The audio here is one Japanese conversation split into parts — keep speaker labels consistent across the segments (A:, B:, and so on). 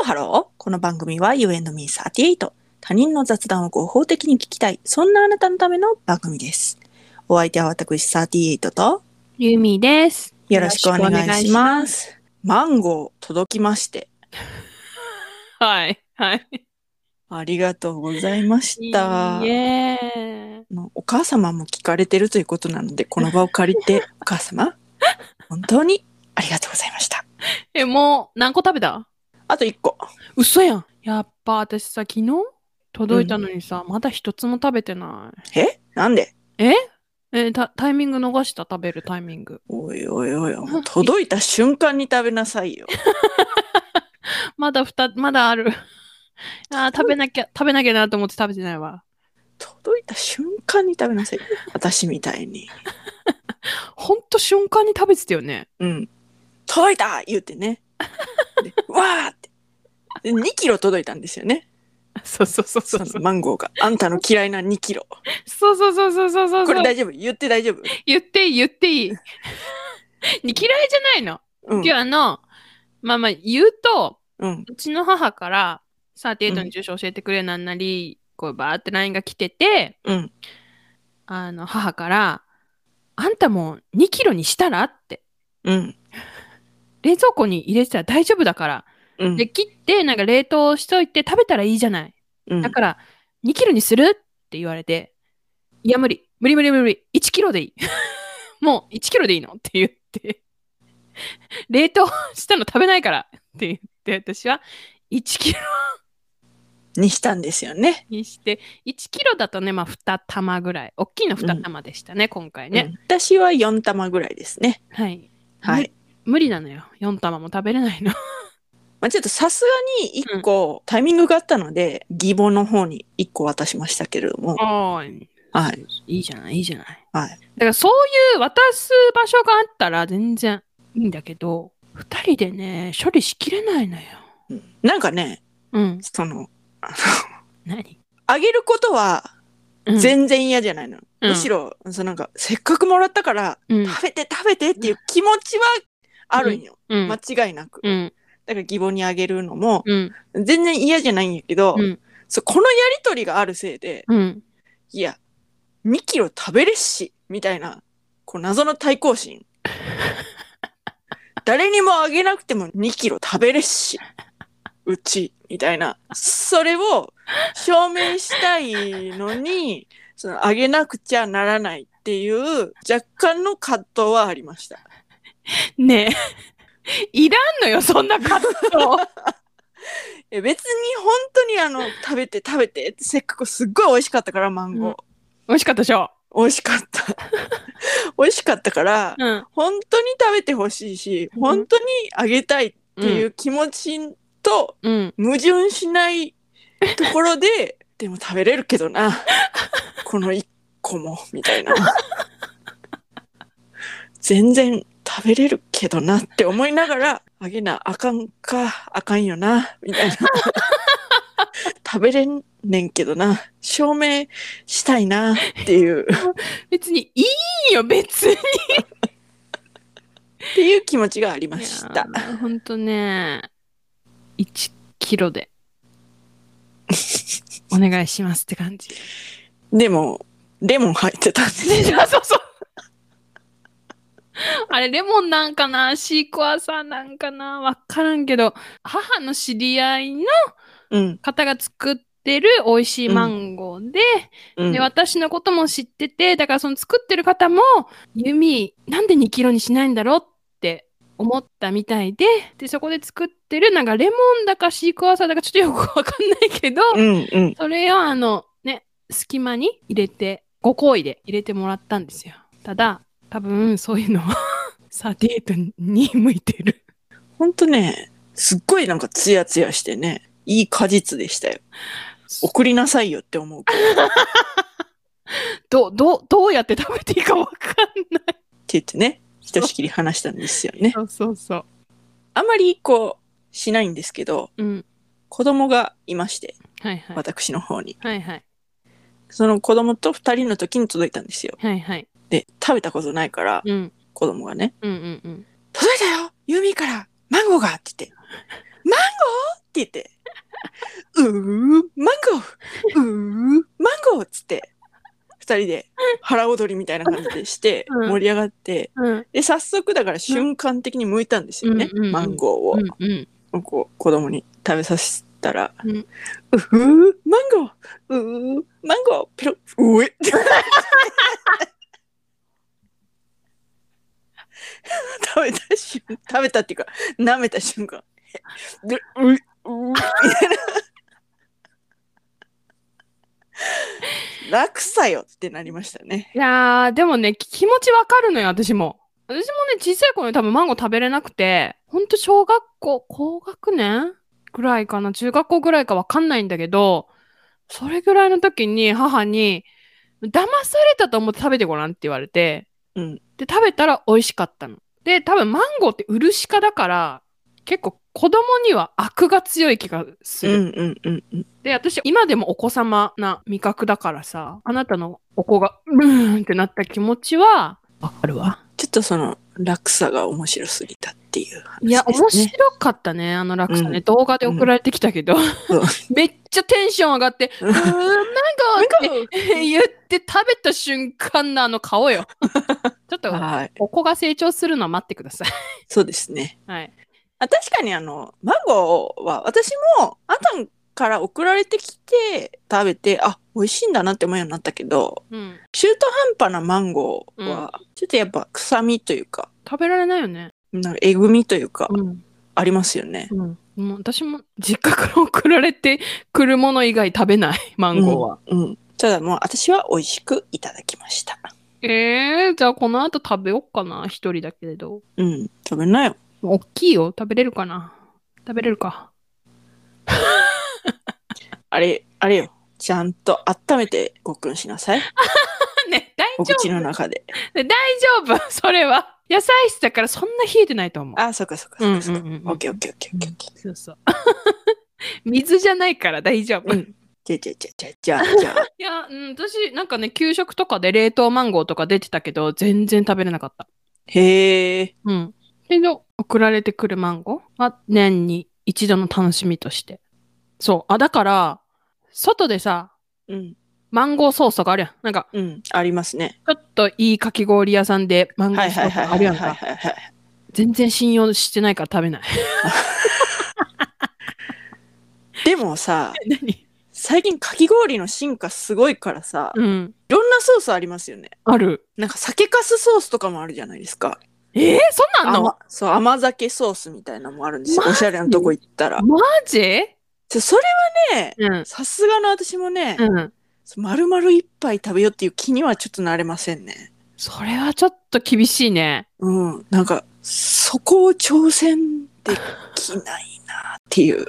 A: ロハロー。この番組は You and me38。他人の雑談を合法的に聞きたい。そんなあなたのための番組です。お相手は私38と
B: ゆみです。
A: よろしくお願いします。マンゴー届きまして。
B: はい。はい。
A: ありがとうございました。
B: イエーイ。
A: あのお母様も聞かれてるということなので、この場を借り て、お母様、本当にありがとうございました。
B: え、もう何個食べた
A: あと1個。
B: 嘘やん。やっぱ私さ、昨日届いたのにさ、まだ一つも食べてな
A: えなんで
B: い。ええた、タイミング逃した食べるタイミング。
A: おいおい おい、もう届いた瞬間に食べなさいよ。
B: まだ二、まだある。 あー食べなきゃ、食べなきゃなと思って食べてないわ。
A: 届いた瞬間に食べなさいよ。私みたいに。
B: ほんと瞬間に食べてたよね。
A: うん。届いた言うてね。で わーって。で2キロ届いたんですよね。
B: そうそうそう
A: そ
B: そう。そ
A: の
B: う
A: マンゴーが。あんたの嫌いな2キロ。
B: そうそうそうそうそうそう。
A: これ大丈夫言って大丈夫
B: 言っていい、言って いい。に嫌いじゃないの。
A: うん
B: 今。日あの、まあまあ言うと、
A: うん。
B: うちの母から、38の住所教えてくれなんなり、こうバーって LINE が来てて、
A: うん。
B: あの、母から、あんたも2キロにしたらって、
A: うん。
B: 冷蔵庫に入れてたら大丈夫だから、
A: うん
B: で、切って、なんか冷凍しといて食べたらいいじゃない。
A: うん
B: だ。から、2キロにするって言われて、いや、無理、無理無理無理、1キロでい い。もう1キロでいいのって言って、冷凍したの食べないからって言って、私は1キロ
A: にしたんですよね。
B: にして、1キロだとね、まあ2玉ぐらい、大きいの2玉でしたね、今回ね。
A: うん私は4玉ぐらいですね。
B: はい。
A: はい。
B: 無理なのよ。4玉も食べれな いの。
A: まあ、ちょっとさすがに1個タイミングがあったので、義母の方に1個渡しましたけれども。
B: あー
A: はい。
B: いいじゃない、いいじゃない。
A: はい。
B: だからそういう渡す場所があったら全然いいんだけど、二人でね、処理しきれないのよ。
A: うんなんかね、
B: うん。
A: その、あの
B: 何、
A: あげることは
B: うん、
A: 全然嫌じゃないの。
B: うん
A: むしろ、そのなんか、せっかくもらったから、
B: うん、
A: 食べて食べてっていう気持ちはあるんよ。
B: うん、
A: 間違いなく。
B: うん、
A: だから義母にあげるのも、
B: うん、
A: 全然嫌じゃないんやけど、
B: うん
A: そうこのやりとりがあるせいで、
B: うん。
A: いや、2キロ食べれっし、みたいな、こう謎の対抗心。誰にもあげなくても2キロ食べれっし、うち、みたいな。それを証明したいのに、そのあげなくちゃならないっていう若干の葛藤はありました。
B: ねえ。 いらんのよ、そんな葛藤。
A: え別に本当にあの、食べて食べてって、せっかくすっごい美味しかったから、マンゴー。
B: 美味しかったでしょ。
A: 美味しかった。美味しかったから、
B: うん。
A: 本当に食べてほしいし、
B: うん。
A: 本当にあげたいっていうう気持ちと
B: うん。
A: 矛盾しないところ で、でも食べれるけどな。この一個も、みたいな。全然食べれるけどなって思いながら、あげなあかんか、あかんよな、み たいな。食べれんねんけどな。証明したいなっていう、っ
B: 別にいいよ、別に。
A: ていう気持ちがありました。
B: いやー。ほんとね。1キ ロで。お願いしますって感じ。
A: でも、レモン入ってたんです。
B: ね あそうそう。あれ、レモンなんかなシークワーサーなんかなわからんけど、母の知り合いの
A: うん。
B: 方が作ってる美味しいマンゴーで、
A: うん
B: で、私のことも知ってて、だからその作ってる方も、ユミ、なんで2キロにしないんだろうって思ったみたいで、で、そこで作ってる、なんかレモンだかシークワーサーだかちょっとよくわかんないけど、
A: うんうん。
B: それをあのね隙間に入れてご好意で入れてもらったんですよただ多分そういうのは 38に向いてる
A: ほんとね、すっごいなんかツヤツヤしてね、いい果実でしたよ。送りなさいよって思うけど。って
B: どどどうやって食べていいかわかんない
A: 言ってね、 ひとしきり話したんですよね。
B: そうそうそう
A: あまりこう、しないんですけど、
B: うん
A: 子供がいまして、
B: はいはい
A: 私の方に。
B: はいはい
A: その子供と二人の時に届いたんですよ。
B: はいはい
A: で、食べたことないから、
B: うん
A: 子供がね、
B: うんうんうん
A: 届いたよユーミーからマンゴーがって言って、マンゴーっ言って、うー、マンゴーうー、マンゴーっつって、二人で腹踊りみたいな感じでして、
B: うん
A: 盛り上がって、
B: うん
A: で、早速だから瞬間的に剥いたんですよね、
B: うんうんうん
A: マンゴーを。
B: うんうん
A: こう子供に食べさせたら、
B: う
A: うんふうマンゴーううマンゴーペロうえって 食べた瞬間食べたっていうか舐めた瞬間でういうみたいな楽さよってなりましたね
B: いやー、でもね、き気持ちわかるのよ、私も。私もね、小さい頃に多分マンゴー食べれなくて、ほんと小学校、高学年ぐらいかな、中学校ぐらいかわかんないんだけど、それぐらいの時に母に、騙されたと思って食べてごらんって言われて、
A: うん
B: で、食べたら美味しかったの。で、多分マンゴーってウルシ科だから、結構子供には悪が強い気がす
A: うん
B: る。
A: うんうんうん
B: で、私、今でもお子様な味覚だからさ、あなたのお子が、うーんってなった気持ちは、わかるわ。
A: ちょっとその落差が面白すぎたっていう話です、ね、
B: いや、面白かったね、あの落差ね。
A: う
B: 動画で送られてきたけど、 めっちゃテンション上がって、うーん、なんかって言って食べた瞬間のあの顔よ。ちょっ と、
A: はい
B: お子が成長するのは待ってください。
A: そうですね。
B: はい。
A: あ確かにあの、マンゴーは私もアタンから送られてきて食べて、あ、美味しいんだなって思うようになったけど、
B: うん。
A: 中途半端なマンゴーは、ちょっとやっぱ臭みというか、
B: 食べられないよね。
A: なんかえぐみというか、
B: うん。
A: ありますよね。
B: うん。もう私も実家から送られてくるもの以外食べない、マンゴーは。
A: うん。ただもう私は美味しくいただきました。
B: えー、じゃあこの後食べよっかな、一人だけれど。
A: うん。食べなよ。
B: おっきいよ、食べれるかな。食べれるか。
A: あれ、あれよ。ちゃんと温めてごっくんしな さい。
B: ね、大
A: お
B: 丈
A: 口
B: 夫、
A: の中で。
B: ね、大丈夫、 それは。野菜室だからそんな冷えてないと思う。
A: あ、そっかそっかそっかそっか。
B: うんうんうんうん
A: オッケーオッケーオッケーオッケーオッケー。
B: そうそう。 水じゃないから大丈夫。
A: うん
B: い
A: じゃじゃじゃじゃじゃじゃあ。
B: や、うん、私、なんかね、給食とかで冷凍マンゴーとか出てたけど、全然食べれなかった。
A: へえ。
B: うん。けど、送られてくるマンゴーは年に一度の楽しみとして。そう。あ、だから、外でさ、
A: うん。
B: マンゴーソースとかあるやん。なんか、
A: うん、ありますね。
B: ちょっといいかき氷屋さんでマンゴ
A: は
B: ー
A: い
B: ソ
A: はい
B: ース
A: はい
B: とか
A: は
B: あ
A: い
B: るや
A: は
B: ん
A: いはい
B: か。
A: はい。
B: 全然信用してないから食 べない。
A: でもさ、
B: 何
A: 最近かき氷の進化すごいからさ、い
B: うん。
A: ろんなソースありますよね。
B: ある。
A: なんか酒粕ソースとかもあるじゃないですか。
B: えー、そんなんあんの
A: 甘そう甘酒ソースみたいなのもあるんですよ。
B: マジ
A: おしゃれなとこ行ったら。
B: マジ
A: そそれはね、
B: うん。
A: さすがの私もね、
B: うん。
A: 丸々一杯食べようっていう気にはちょっとなれませんね。
B: それはちょっと厳しいね。
A: うん、なんかそこを挑戦できないなっていう。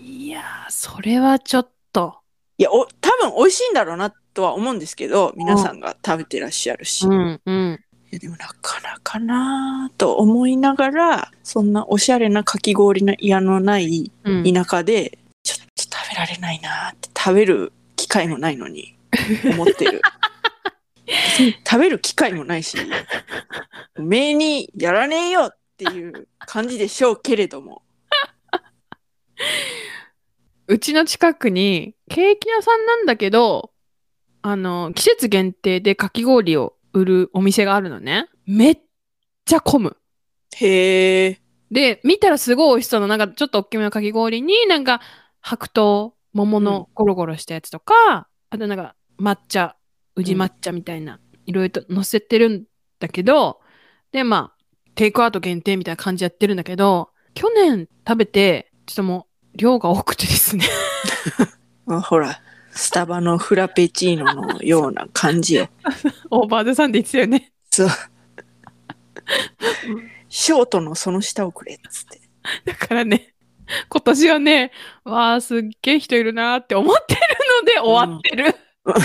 B: いやー、それはちょっと。
A: いや、お、多分美味しいんだろうなとは思うんですけど、皆さんが食べてらっしゃるし。
B: う
A: い
B: ん、うん。
A: や、でもなかなかなぁと思いながら、そんなおしゃれなかき氷の嫌のない
B: うん、
A: 田舎で、ちょっと食べられないなぁって食べる機会もないのに、思って る。食べる機会もないし、目にやらねえよっていう感じでしょうけれども。
B: うちの近くにケーキ屋さんなんだけど、あの、季節限定でかき氷を売るお店があるのね。めっちゃ混む。
A: へえ。
B: で、見たらすごい美味しそうな、なんかちょっと大きめのかき氷に、なんか白桃、桃のゴロゴロしたやつとか、あとなんか抹茶、宇治抹茶みたいな、いろいろと乗せてるんだけど、で、まあ、テイクアウト限定みたいな感じやってるんだけど、去年食べて、ちょっともう量が多くてですね。
A: あほら、スタバのフラペチーノのような感じよ。
B: オーバーザさんで言ってたよね。
A: そう。ショートのその下をくれっつって。
B: だからね、今年はね、わあ、すっげえ人いるなーって思ってるので終わってる。
A: 行っ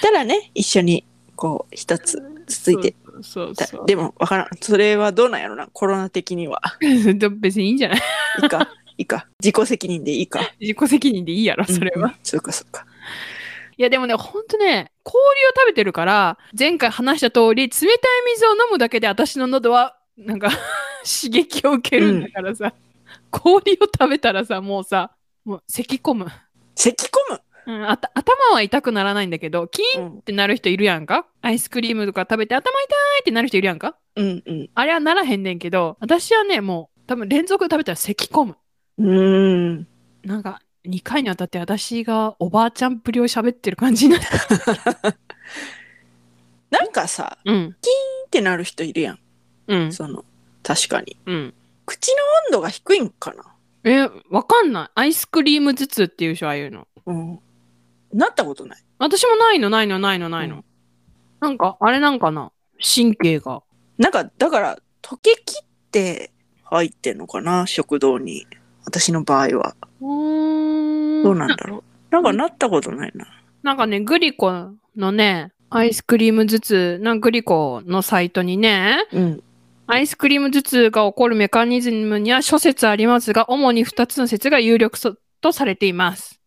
A: たらね、一緒にこう一つ続いて。
B: そう
A: だ
B: そう。
A: でもわからん。それはどうなんやろな、コロナ的には。
B: でも別にいいんじゃない
A: いい か、いいか。自己責任でいいか。
B: 自己責任でいいや ろ、それは。
A: うん。そうかそうか。
B: いや、でもね、ほんとね、氷を食べてるから、前回話した通り、冷たい 水を飲むだけで私の喉は、なんか、刺激を受けるんだからさ。氷を食べたらさもうさもう咳込む、
A: 咳込む、
B: うん、あた頭は痛くならないんだけどキーン
A: うん
B: っ、てなる人いるやんかアイスクリームとか食べて頭痛いってなる人いるやんか
A: うんうん
B: あれはならへんねんけど私はねもう多分連続で食べたら咳込む
A: うーん
B: なんか2回にわたって私がおばあちゃんぶりを喋ってる感じになった
A: なんかさ
B: うん
A: ピンってなる人いるやん
B: うん
A: その確かに
B: うん
A: 口の温度が低いんかな
B: えわかんないアイスクリーム頭痛っていうでしょああいうの
A: うんなったことない
B: 私もないのないのないのないの、
A: う
B: なんかあれなんかな神経が
A: なんかだから溶けきって入ってんのかな食堂に私の場合は
B: ど
A: どうなんだろうなんかなったことないな
B: なんかね、グリコのね、アイスクリーム頭痛、なグリコのサイトにね、
A: うん
B: アイスクリーム頭痛が起こるメカニズムには諸説ありますが、主に2つの説が有力そとされています。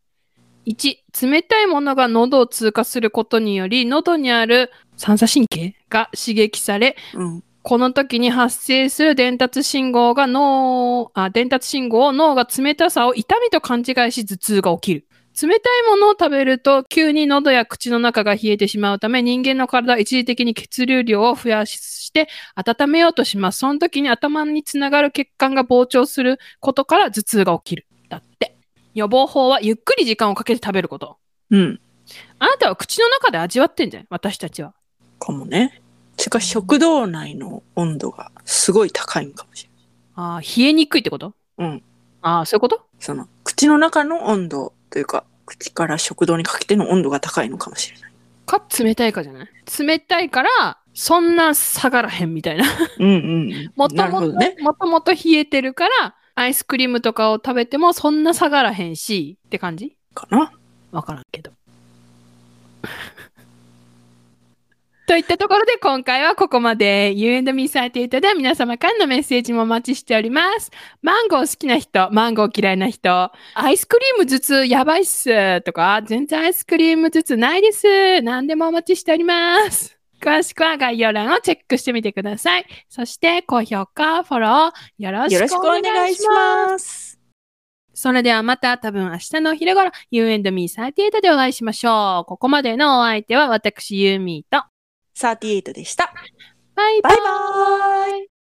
B: 1、冷たいものが喉を通過することにより、喉にある三叉神経が刺激され、
A: うん
B: この時に発生する伝達信号が脳、あ、伝達信号を脳が冷たさを痛みと勘違いし頭痛が起きる。冷たいものを食べると急に喉や口の中が冷えてしまうため人間の体は一時的に血流量を増やして温めようとします。その時に頭につながる血管が膨張することから頭痛が起きる。だって。予防法はゆっくり時間をかけて食べること。
A: うん
B: あなたは口の中で味わってんじゃん。私たちは。
A: かもねしかし食堂内の温度がすごい高いんかもしれない
B: ああ、冷えにくいってこと
A: うん。
B: ああ、そういうこと
A: その口の中の温度というか口から食道にかけての温度が高いのかもしれない。
B: か冷たいかじゃない冷たいからそんな下がらへんみたい な
A: うんうんうん。
B: もと
A: なる
B: も
A: ほ
B: と、
A: どね。
B: もともと冷えてるからアイスクリームとかを食べてもそんな下がらへんしって感じ
A: かな。
B: わからんけど といったところで今回はここまで U&Me38 では皆様からのメッセージもお待ちしておりますマンゴー好きな人マンゴー嫌いな人アイスクリーム頭痛やばいっすとか全然アイスクリーム頭痛ないです何でもお待ちしております詳しくは概要欄をチェックしてみてくださいそして高評価フォローよろし
A: よろ
B: く
A: しく
B: お
A: お
B: 願
A: 願
B: い
A: い
B: し
A: し
B: ます
A: ます。
B: それではまた多分明日のお昼頃 You and me38 でお会いしましょう。ここまでのお相手は私ユーミーと。
A: 38でした。
B: バイバ
A: バ
B: イ
A: イバーイ。